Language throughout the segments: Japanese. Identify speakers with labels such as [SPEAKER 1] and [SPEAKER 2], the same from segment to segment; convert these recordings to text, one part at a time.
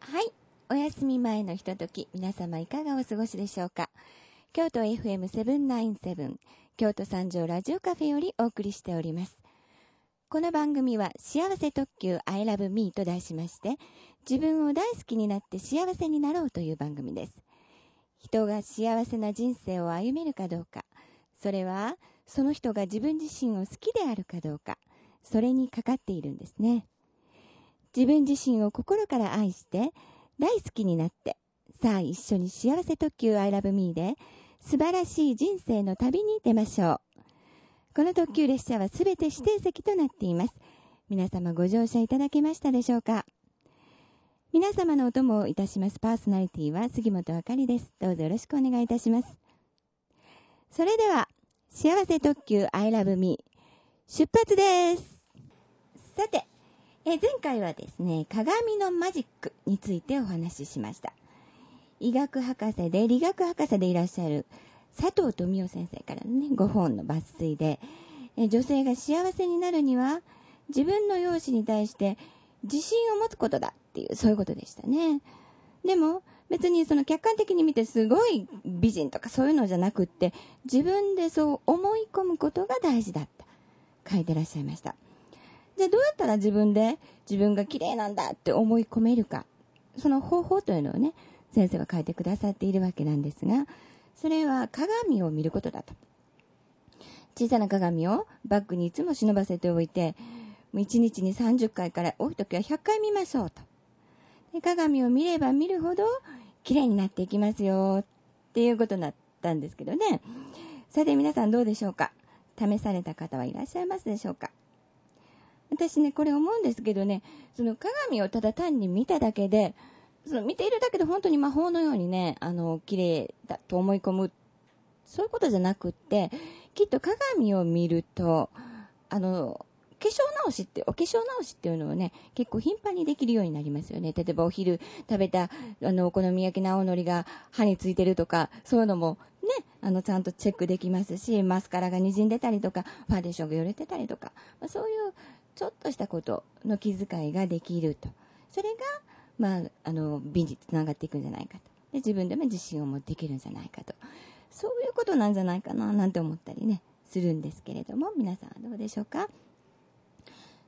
[SPEAKER 1] はい。お休み前のひととき、皆様いかがお過ごしでしょうか。京都 FM797、京都三条ラジオカフェよりお送りしております。この番組は、幸せ特急 I love me と題しまして、自分を大好きになって幸せになろうという番組です。人が幸せな人生を歩めるかどうか、それは、その人が自分自身を好きであるかどうか、それにかかっているんですね。自分自身を心から愛して、大好きになって、さあ一緒に幸せ特急 I love me で、素晴らしい人生の旅に出ましょう。この特急列車はすべて指定席となっています。皆様ご乗車いただけましたでしょうか皆様のお供をいたしますパーソナリティは杉本あかりです。どうぞよろしくお願いいたします。それでは、幸せ特急 I love me 出発です。さて、えー前回はですね、鏡のマジックについてお話ししました。医学博士で理学博士でいらっしゃる佐藤富夫先生からのね、ご本の抜粋で、えー女性が幸せになるには、自分の容姿に対して自信を持つことだっていう、そういうことでしたね。でも、別にその客観的に見てすごい美人とかそういうのじゃなくって、自分でそう思い込むことが大事だった。書いてらっしゃいました。じゃあどうやったら自分で自分が綺麗なんだって思い込めるか。その方法というのをね、先生は書いてくださっているわけなんですが、それは鏡を見ることだと。小さな鏡をバッグにいつも忍ばせておいて、1日に30回から多い時は100回見ましょうと。で鏡を見れば見るほど綺麗になっていきますよっていうことになったんですけどね。さて皆さんどうでしょうか試された方はいらっしゃいますでしょうか私ね、これ思うんですけどね、その鏡をただ単に見ただけで、その見ているだけで本当に魔法のようにね、あの、綺麗だと思い込む。そういうことじゃなくって、きっと鏡を見ると、あの、化粧直しって、お化粧直しっていうのをね、結構頻繁にできるようになりますよね。例えばお昼食べた、あの、お好み焼きの青のりが歯についてるとか、そういうのもね、あの、ちゃんとチェックできますし、マスカラが滲んでたりとか、ファンデーションがよれてたりとか、まあ、そういうちょっとしたことの気遣いができると。それが、まあ、あの、美につながっていくんじゃないかと。で、自分でも自信を持っていけるんじゃないかと。そういうことなんじゃないかな、なんて思ったりね、するんですけれども、皆さんはどうでしょうか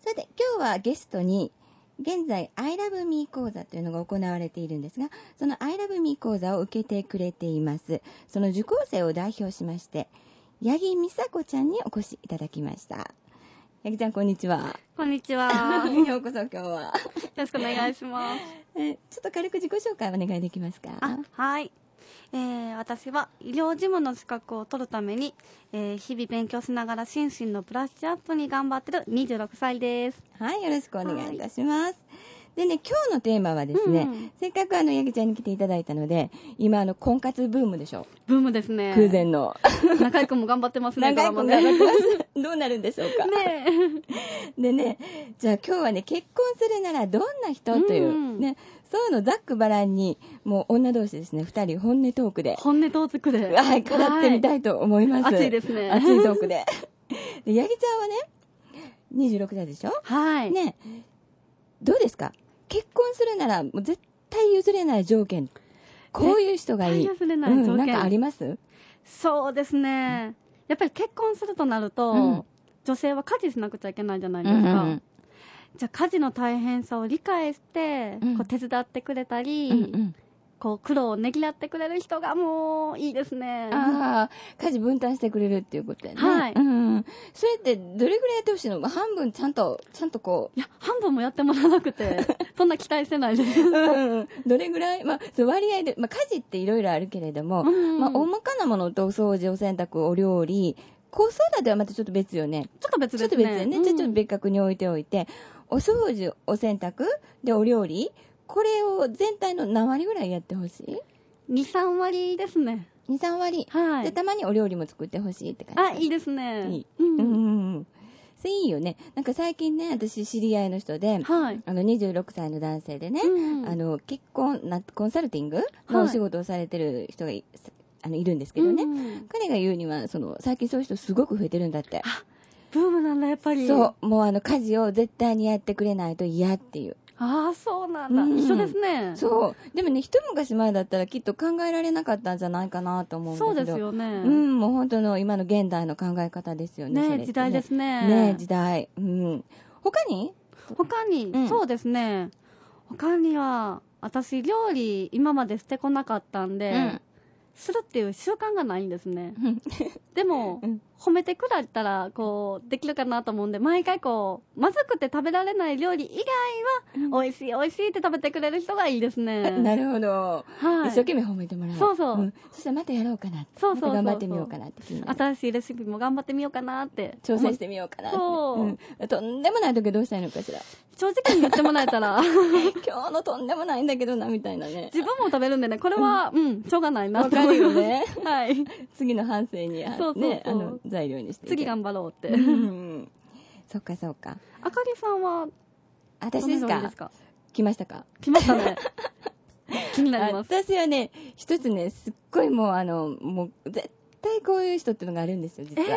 [SPEAKER 1] さて、今日はゲストに、現在、I love me 講座というのが行われているんですが、その I love me 講座を受けてくれています。その受講生を代表しまして、八木美佐子ちゃんにお越しいただきました。八木ちゃん、こんにちは。
[SPEAKER 2] こんに ちは。よ
[SPEAKER 1] ようこそ今日は。
[SPEAKER 2] ろしくお願いします。
[SPEAKER 1] えちょっと軽く自己紹介お願いできますか
[SPEAKER 2] あ、はい。えー、私は医療事務の資格を取るために、えー、日々勉強しながら心身のブラッシュアップに頑張ってる26歳です。
[SPEAKER 1] はい、よろしくお願いいたします。でね、今日のテーマはですね、
[SPEAKER 2] うんうん
[SPEAKER 1] せっかくあの、ヤギちゃんに来ていただいたので、今あの、婚活ブームでしょ。
[SPEAKER 2] ブームですね。
[SPEAKER 1] 空前の。
[SPEAKER 2] 中居くんも頑張ってますね、
[SPEAKER 1] 長い
[SPEAKER 2] ド
[SPEAKER 1] 婚
[SPEAKER 2] ラマ
[SPEAKER 1] 活
[SPEAKER 2] ね。
[SPEAKER 1] どうなるんでしょうか。
[SPEAKER 2] ね
[SPEAKER 1] でね、じゃあ今日はね、結婚するならどんな人という、
[SPEAKER 2] うん
[SPEAKER 1] ね、そういうのざっくばらんに、もう女同士ですね、二人本音トークで
[SPEAKER 2] え、本音とつくで。
[SPEAKER 1] はい、語ってみた
[SPEAKER 2] い。
[SPEAKER 1] いと思います。
[SPEAKER 2] はい熱いですね
[SPEAKER 1] 熱いトークで。で、ヤギちゃんはね、26歳でしょ
[SPEAKER 2] はい。
[SPEAKER 1] ねどうですか結婚するならもう絶対譲れない条件こういう人がいい
[SPEAKER 2] 絶対譲れない条件
[SPEAKER 1] うん、なんかあります
[SPEAKER 2] そうですね。やっぱり結婚するとなると、
[SPEAKER 1] うん
[SPEAKER 2] 女性は家事しなくちゃいけないじゃない
[SPEAKER 1] うん
[SPEAKER 2] です
[SPEAKER 1] う
[SPEAKER 2] か。
[SPEAKER 1] ん
[SPEAKER 2] じゃあ家事の大変さを理解して、
[SPEAKER 1] うん
[SPEAKER 2] こう手伝ってくれたり、
[SPEAKER 1] うん
[SPEAKER 2] こう苦労をねぎらってくれる人がもういいですね。
[SPEAKER 1] ああ家事分担してくれるっていうことやね
[SPEAKER 2] はい
[SPEAKER 1] うんうん、それってどれぐらいやってほしいの半分ちゃんとちゃんとこう
[SPEAKER 2] いや、半分もやってもらわな くて、そんな期待してないです。
[SPEAKER 1] うんうんどれぐらい、まあ、そう割合で、まあ、家事っていろいろあるけれども、
[SPEAKER 2] うん
[SPEAKER 1] まあ、大まかなものとお掃除、お洗濯、お料理、子育てはまたちょっと別よね。
[SPEAKER 2] ちょっと別
[SPEAKER 1] ちょ
[SPEAKER 2] で
[SPEAKER 1] っと
[SPEAKER 2] す
[SPEAKER 1] 別
[SPEAKER 2] ね。
[SPEAKER 1] でね、ちょっと
[SPEAKER 2] うん
[SPEAKER 1] 別格に置いておいて、お掃除、お洗濯、で、お料理、これを全体の何割ぐらいやってほしい
[SPEAKER 2] 2、3割ですね。
[SPEAKER 1] ?2、3割。
[SPEAKER 2] は
[SPEAKER 1] で、
[SPEAKER 2] い。
[SPEAKER 1] たまにお料理も作ってほしいって感じ。
[SPEAKER 2] あ、いいですね。
[SPEAKER 1] いい
[SPEAKER 2] うん
[SPEAKER 1] うんうんうん。それいいよね。なんか最近ね、私知り合いの人で、
[SPEAKER 2] はい。
[SPEAKER 1] あの、26歳の男性でね、
[SPEAKER 2] うん
[SPEAKER 1] あの、結婚、なコンサルティングのお仕事をされてる人がい、あのいるんですけどね。
[SPEAKER 2] うん
[SPEAKER 1] 彼が言うには、その、最近そういう人すごく増えてるんだって。
[SPEAKER 2] ブームなんだ、やっぱり。
[SPEAKER 1] そう、もうあの家事を絶対にやってくれないと嫌っていう。
[SPEAKER 2] あああ、そうなんだ。
[SPEAKER 1] うん
[SPEAKER 2] 一緒ですね。
[SPEAKER 1] そう。でもね、一昔前だったらきっと考えられなかったんじゃないかなと思うんだけど。
[SPEAKER 2] そうですよね。
[SPEAKER 1] うん、もう本当の今の現代の考え方ですよね。それっ
[SPEAKER 2] ね
[SPEAKER 1] て
[SPEAKER 2] 時代ですね。
[SPEAKER 1] ねえ時代。うん。他に
[SPEAKER 2] 他に、
[SPEAKER 1] うん
[SPEAKER 2] そうですね。他には、私、料理、今までしてこなかったんで、
[SPEAKER 1] うん
[SPEAKER 2] するっていう習慣がないんですね。 でも、
[SPEAKER 1] うん
[SPEAKER 2] 褒めてくられたら、こう、できるかなと思うんで、毎回こう、まずくて食べられない料理以外は、美味しい美味しいって食べてくれる人がいいです ね。
[SPEAKER 1] なるほど。
[SPEAKER 2] はい。
[SPEAKER 1] 一生懸命褒めてもらう。
[SPEAKER 2] そうそうん
[SPEAKER 1] そしたらまたやろうかなって。
[SPEAKER 2] そうそうそ
[SPEAKER 1] ま
[SPEAKER 2] うそう
[SPEAKER 1] た頑張ってみようかなって気になる。
[SPEAKER 2] 新しいレシピも頑張ってみようかなって。
[SPEAKER 1] 挑戦してみようかなって。
[SPEAKER 2] そうん
[SPEAKER 1] とんでもない時はどうしたらいいのか しら。
[SPEAKER 2] 正直に言ってもらえたら、
[SPEAKER 1] 今日のとんでもないんだけどな、みたいなね。
[SPEAKER 2] 自分も食べるんでね、これは、うん、しょうがないな
[SPEAKER 1] わ
[SPEAKER 2] と
[SPEAKER 1] か
[SPEAKER 2] 思
[SPEAKER 1] る
[SPEAKER 2] い
[SPEAKER 1] よ
[SPEAKER 2] ます。
[SPEAKER 1] ね。
[SPEAKER 2] はい。
[SPEAKER 1] 次の反省に、あ
[SPEAKER 2] そうそうそう
[SPEAKER 1] ね、あの、材料にしていけ
[SPEAKER 2] 次頑張ろうって。
[SPEAKER 1] うん。そっかそっか。
[SPEAKER 2] あかりさんは、
[SPEAKER 1] 私です
[SPEAKER 2] どんな料理
[SPEAKER 1] か来ましたか
[SPEAKER 2] 来ましたね。 気になります。
[SPEAKER 1] 私はね、一つね、すっごいもうあの、もう絶対こういう人っていうのがあるんですよ、実は。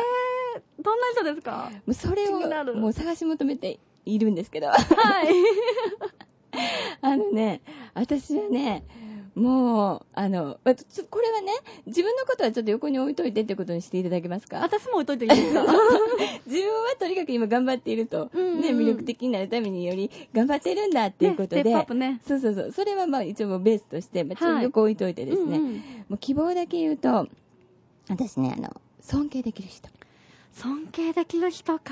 [SPEAKER 2] えー、どんな人ですか
[SPEAKER 1] もうそれ
[SPEAKER 2] 気になる
[SPEAKER 1] をもう探し求めているんですけど、
[SPEAKER 2] はい。
[SPEAKER 1] あのね、私はね、もう、あの、まちょこれはね、自分のことはちょっと横に置いといてってことにしていただけますか
[SPEAKER 2] 私も置いといていい ですか
[SPEAKER 1] 自分はとにかく今頑張っていると、
[SPEAKER 2] うんうん
[SPEAKER 1] ね、魅力的になるためにより頑張ってるんだっていうこと
[SPEAKER 2] ねステッ
[SPEAKER 1] で、
[SPEAKER 2] プアップね。
[SPEAKER 1] そうそうそう、それはまあ一応もうベースとして、まあ、ちょっと横置いといてですね、
[SPEAKER 2] うんうん
[SPEAKER 1] もう希望だけ言うと、私ね、あの、尊敬できる人。
[SPEAKER 2] 尊敬できる人か。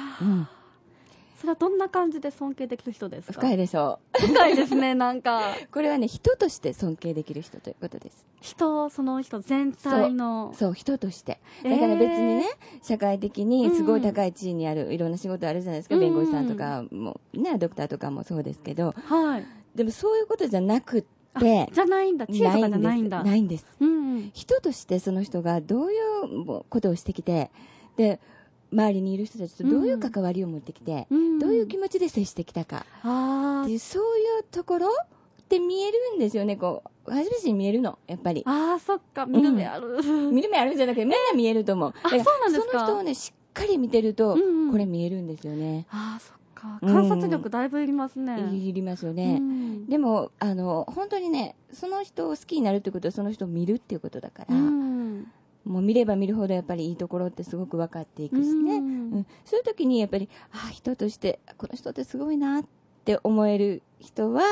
[SPEAKER 2] それはどんな感じで尊敬できる人ですか
[SPEAKER 1] 深いでしょ
[SPEAKER 2] 深いですね、なんか。
[SPEAKER 1] う。これはね、人として尊敬できる人ということです。
[SPEAKER 2] 人、その人全体の。
[SPEAKER 1] そう、人として。だから別にね、社会的にすごい高い地位にある、いろんな仕事あるじゃないですか、
[SPEAKER 2] うん
[SPEAKER 1] 弁護士さんとかも、ね、ドクターとかもそうですけど、
[SPEAKER 2] はい。
[SPEAKER 1] でもそういうことじゃなくっ
[SPEAKER 2] あ
[SPEAKER 1] て、
[SPEAKER 2] じゃないんだ。地位とかじゃないんだ。
[SPEAKER 1] ないんです。
[SPEAKER 2] うんうん。
[SPEAKER 1] 人としてその人がどういうことをしてきて、で、周りにいる人たちとどういう関わりを持ってきて、
[SPEAKER 2] うん
[SPEAKER 1] どういう気持ちで接してきたか。
[SPEAKER 2] あ
[SPEAKER 1] っ
[SPEAKER 2] ー
[SPEAKER 1] ていうそういうところって見えるんですよねこう初めて見えるのやっぱり
[SPEAKER 2] あー、そっか、見る目ある。
[SPEAKER 1] 見る目あるんじゃなくて目が見えると思う
[SPEAKER 2] あ、
[SPEAKER 1] だ
[SPEAKER 2] そう
[SPEAKER 1] から
[SPEAKER 2] なんです
[SPEAKER 1] その人を
[SPEAKER 2] か。
[SPEAKER 1] ねしっかり見てると、
[SPEAKER 2] うんうん
[SPEAKER 1] これ見えるんですよね
[SPEAKER 2] あー、そっ
[SPEAKER 1] う
[SPEAKER 2] か。
[SPEAKER 1] ん
[SPEAKER 2] 観察力だいぶいりますね。
[SPEAKER 1] いりますよ
[SPEAKER 2] う
[SPEAKER 1] ね、
[SPEAKER 2] ん
[SPEAKER 1] でもあの本当にねその人を好きになるってことはその人を見るっていうことだから、
[SPEAKER 2] うん。
[SPEAKER 1] もう見れば見るほどやっぱりいいところってすごく分かっていくしね、
[SPEAKER 2] うん
[SPEAKER 1] うんそういう時にやっぱりあ人としてこの人ってすごいなって思える人は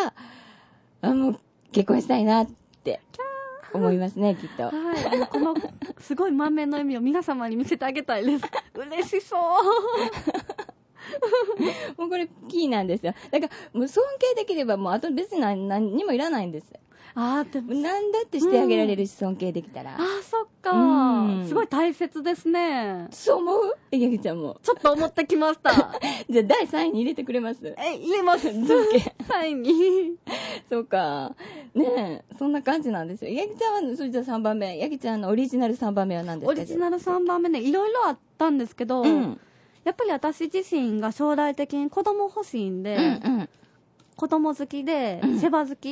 [SPEAKER 1] あもう結婚したいなって思いますねきっと
[SPEAKER 2] はい、もうこのすごい満面の笑みを皆様に見せてあげたい です。嬉しそう。
[SPEAKER 1] もうこれキーなんですよだからもう尊敬できればもうあと別に何何にもいらないんです
[SPEAKER 2] あー、でも、
[SPEAKER 1] 何だってしてあげられるし、尊敬できたら
[SPEAKER 2] あー、そっ
[SPEAKER 1] う
[SPEAKER 2] か。
[SPEAKER 1] ん
[SPEAKER 2] すごい大切ですね。
[SPEAKER 1] そう思うえげちゃんも
[SPEAKER 2] ちょっと思ってき ました。
[SPEAKER 1] じゃあ第3位に入れてくれます
[SPEAKER 2] え、入れます。
[SPEAKER 1] 尊敬
[SPEAKER 2] 最に。
[SPEAKER 1] そうかねえそんな感じなんですよ八木ちゃんはそれじゃあ3番目八木ちゃんのオリジナル3番目は何です
[SPEAKER 2] オ
[SPEAKER 1] か
[SPEAKER 2] リジナル3番目ね、いろいろあったんですけど、
[SPEAKER 1] うん
[SPEAKER 2] やっぱり私自身が将来的に子供欲しいんで、
[SPEAKER 1] うん
[SPEAKER 2] 子供好きで、
[SPEAKER 1] うん
[SPEAKER 2] 世話好き、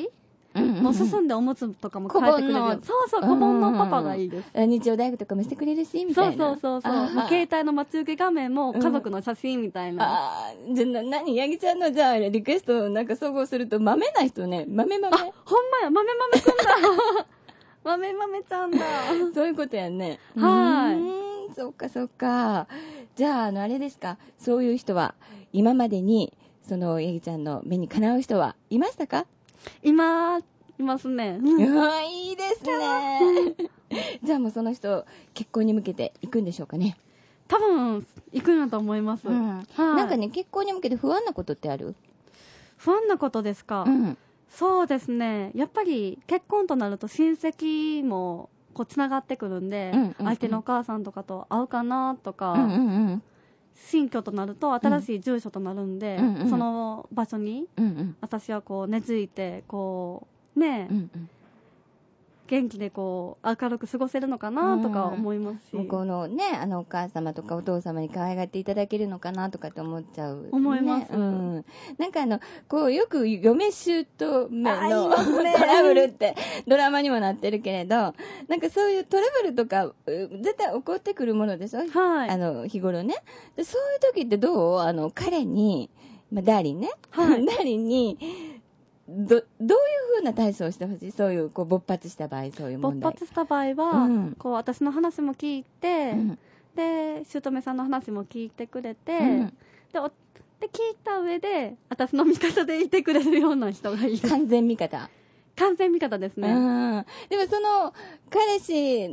[SPEAKER 1] うん
[SPEAKER 2] もう進んでおむつとかも変えてくれるよ
[SPEAKER 1] うん
[SPEAKER 2] う
[SPEAKER 1] うん
[SPEAKER 2] そうそう、子盆のパパがいいです。
[SPEAKER 1] 日曜大学とかもしてくれるしみた
[SPEAKER 2] そう
[SPEAKER 1] いな
[SPEAKER 2] そうそうそう。
[SPEAKER 1] あー
[SPEAKER 2] もう携帯の待ち受け画面も家族の写真みたいな。
[SPEAKER 1] あーじゃあな何八木ちゃんのじゃあリクエストをなんか総合すると豆な人ね豆豆
[SPEAKER 2] あ、ほんまや、豆豆くんだ。 豆豆ちゃんだ。
[SPEAKER 1] そういうことやんね
[SPEAKER 2] はいう
[SPEAKER 1] ーんそうかそうかじゃああのあれですかそういう人は今までにその八木ちゃんの目にかなう人はいましたか
[SPEAKER 2] 今、いますね。
[SPEAKER 1] うわいいですねじゃあもうその人結婚に向けていくんでしょうかね、
[SPEAKER 2] 多分、行くんやと思います。
[SPEAKER 1] うん
[SPEAKER 2] はい
[SPEAKER 1] なんかね結婚に向けて不安なことってある
[SPEAKER 2] 不安なことですか、
[SPEAKER 1] ん
[SPEAKER 2] そうですね。やっぱり結婚となると親戚も、こう、つながってくるんで、
[SPEAKER 1] うんうんうん
[SPEAKER 2] 相手のお母さんとかと会うかなとか、
[SPEAKER 1] うんうんうん
[SPEAKER 2] 新居となると新しい住所となるんで、
[SPEAKER 1] うんうん
[SPEAKER 2] その場所に
[SPEAKER 1] うんうん
[SPEAKER 2] 私はこう根付いてこうね、
[SPEAKER 1] うんうん
[SPEAKER 2] 元気でこう明るく過ごせるのかなとか思いますし、
[SPEAKER 1] 向こうのねあのお母様とかお父様に可愛がっていただけるのかなとかって思っちゃう、ね、
[SPEAKER 2] 思います
[SPEAKER 1] うん、なんかあのこうよく嫁姑
[SPEAKER 2] あ言い
[SPEAKER 1] の
[SPEAKER 2] ます
[SPEAKER 1] ト
[SPEAKER 2] ね
[SPEAKER 1] ラブルってドラマにもなってるけれどなんかそういうトラブルとかう絶対起こってくるものでしょ、
[SPEAKER 2] はい
[SPEAKER 1] あの日頃ねで そういう時ってどうあの彼に、まあ、ダーリンね、
[SPEAKER 2] はい
[SPEAKER 1] ダーリンにどどういうふうな体操をしてほしいそういうこう勃発した場合そういう問
[SPEAKER 2] 勃
[SPEAKER 1] 題
[SPEAKER 2] 発した場合は、
[SPEAKER 1] うん
[SPEAKER 2] こう私の話も聞いて、
[SPEAKER 1] うん
[SPEAKER 2] で姑さんの話も聞いてくれて、
[SPEAKER 1] うん
[SPEAKER 2] でおで聞いた上で私の味方でいてくれるような人がいい
[SPEAKER 1] 完全味方、
[SPEAKER 2] 完全味方です
[SPEAKER 1] う
[SPEAKER 2] ね、
[SPEAKER 1] ん、でもその彼氏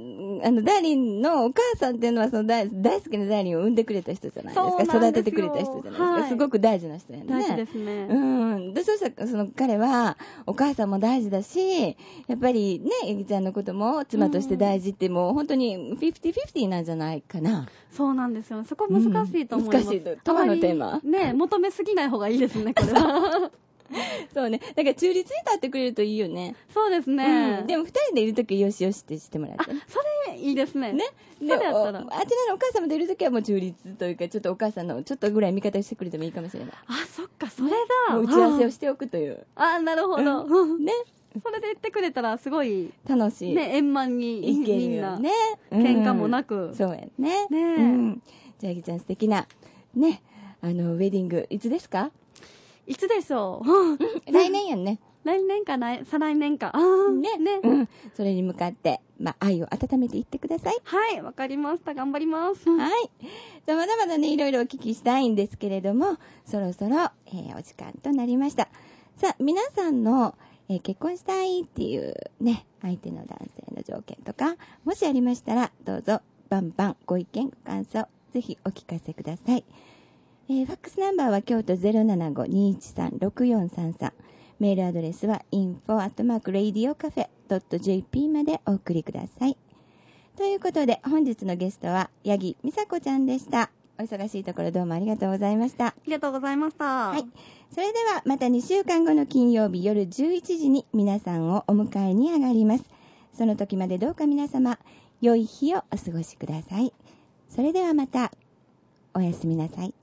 [SPEAKER 1] あのダーリンのお母さんっていうのはその大大好きなダーリンを産んでくれた人じゃないです
[SPEAKER 2] そう
[SPEAKER 1] か
[SPEAKER 2] なんで
[SPEAKER 1] 育てて
[SPEAKER 2] すよ
[SPEAKER 1] くれた人じゃないですか、
[SPEAKER 2] はい
[SPEAKER 1] すごく大事な人やね
[SPEAKER 2] 大事ですね、
[SPEAKER 1] うん、でそうしたらその彼はお母さんも大事だしやっぱりねえぎちゃんのことも妻として大事って、もう本当にフィフティフィフティなんじゃないか な
[SPEAKER 2] そうなんですよそこ難しいと思います、
[SPEAKER 1] うん難しいと今日のテーマ
[SPEAKER 2] あまりね求めすぎない方がいいですね これは
[SPEAKER 1] そうねだから中立に立ってくれるといいよね、
[SPEAKER 2] そうですね、
[SPEAKER 1] うん、でも二人でいるときよしよしってしてもらっ
[SPEAKER 2] あ
[SPEAKER 1] てね
[SPEAKER 2] それいいですね
[SPEAKER 1] ね
[SPEAKER 2] それやったら
[SPEAKER 1] おあちらのお母様といるときはもう中立というかちょっとお母さんのちょっとぐらい味方してくれてもいいかもしれない
[SPEAKER 2] あそっかそれだ
[SPEAKER 1] もう打ち合わせをしておくという
[SPEAKER 2] ああなるほど、
[SPEAKER 1] ね
[SPEAKER 2] それで言ってくれたらすごい
[SPEAKER 1] 楽しい、
[SPEAKER 2] ね円満に
[SPEAKER 1] いける
[SPEAKER 2] みん
[SPEAKER 1] よ
[SPEAKER 2] な
[SPEAKER 1] ね
[SPEAKER 2] 喧嘩もな
[SPEAKER 1] く、
[SPEAKER 2] く、
[SPEAKER 1] そうやね
[SPEAKER 2] ねえ
[SPEAKER 1] うん、じゃあぎちゃん素敵なねあのウェディングいつですか
[SPEAKER 2] いつでしょう
[SPEAKER 1] 来年やんね。
[SPEAKER 2] 来年か来再来年かあーねね、
[SPEAKER 1] うん。それに向かって、まあ、愛を温めていってください。
[SPEAKER 2] はいわかりました頑張ります
[SPEAKER 1] はい。じゃあまだまだね、いろいろお聞きしたいんですけれども、そろそろ、えーお時間となりました。さあ、皆さんの、えー結婚したいっていうね、相手の男性の条件とか、もしありましたら、どうぞ、バンバンご意見、ご感想、ぜひお聞かせください。えーファックスナンバーは京都075-213-6433。メールアドレスは info.radiocafe.jp までお送りください。ということで、本日のゲストは、八木美佐子ちゃんでした。お忙しいところどうもありがとうございました。
[SPEAKER 2] ありがとうございました
[SPEAKER 1] はい。それでは、また2週間後の金曜日夜11時に皆さんをお迎えに上がります。その時までどうか皆様、良い日をお過ごしください。それではまた、おやすみなさい。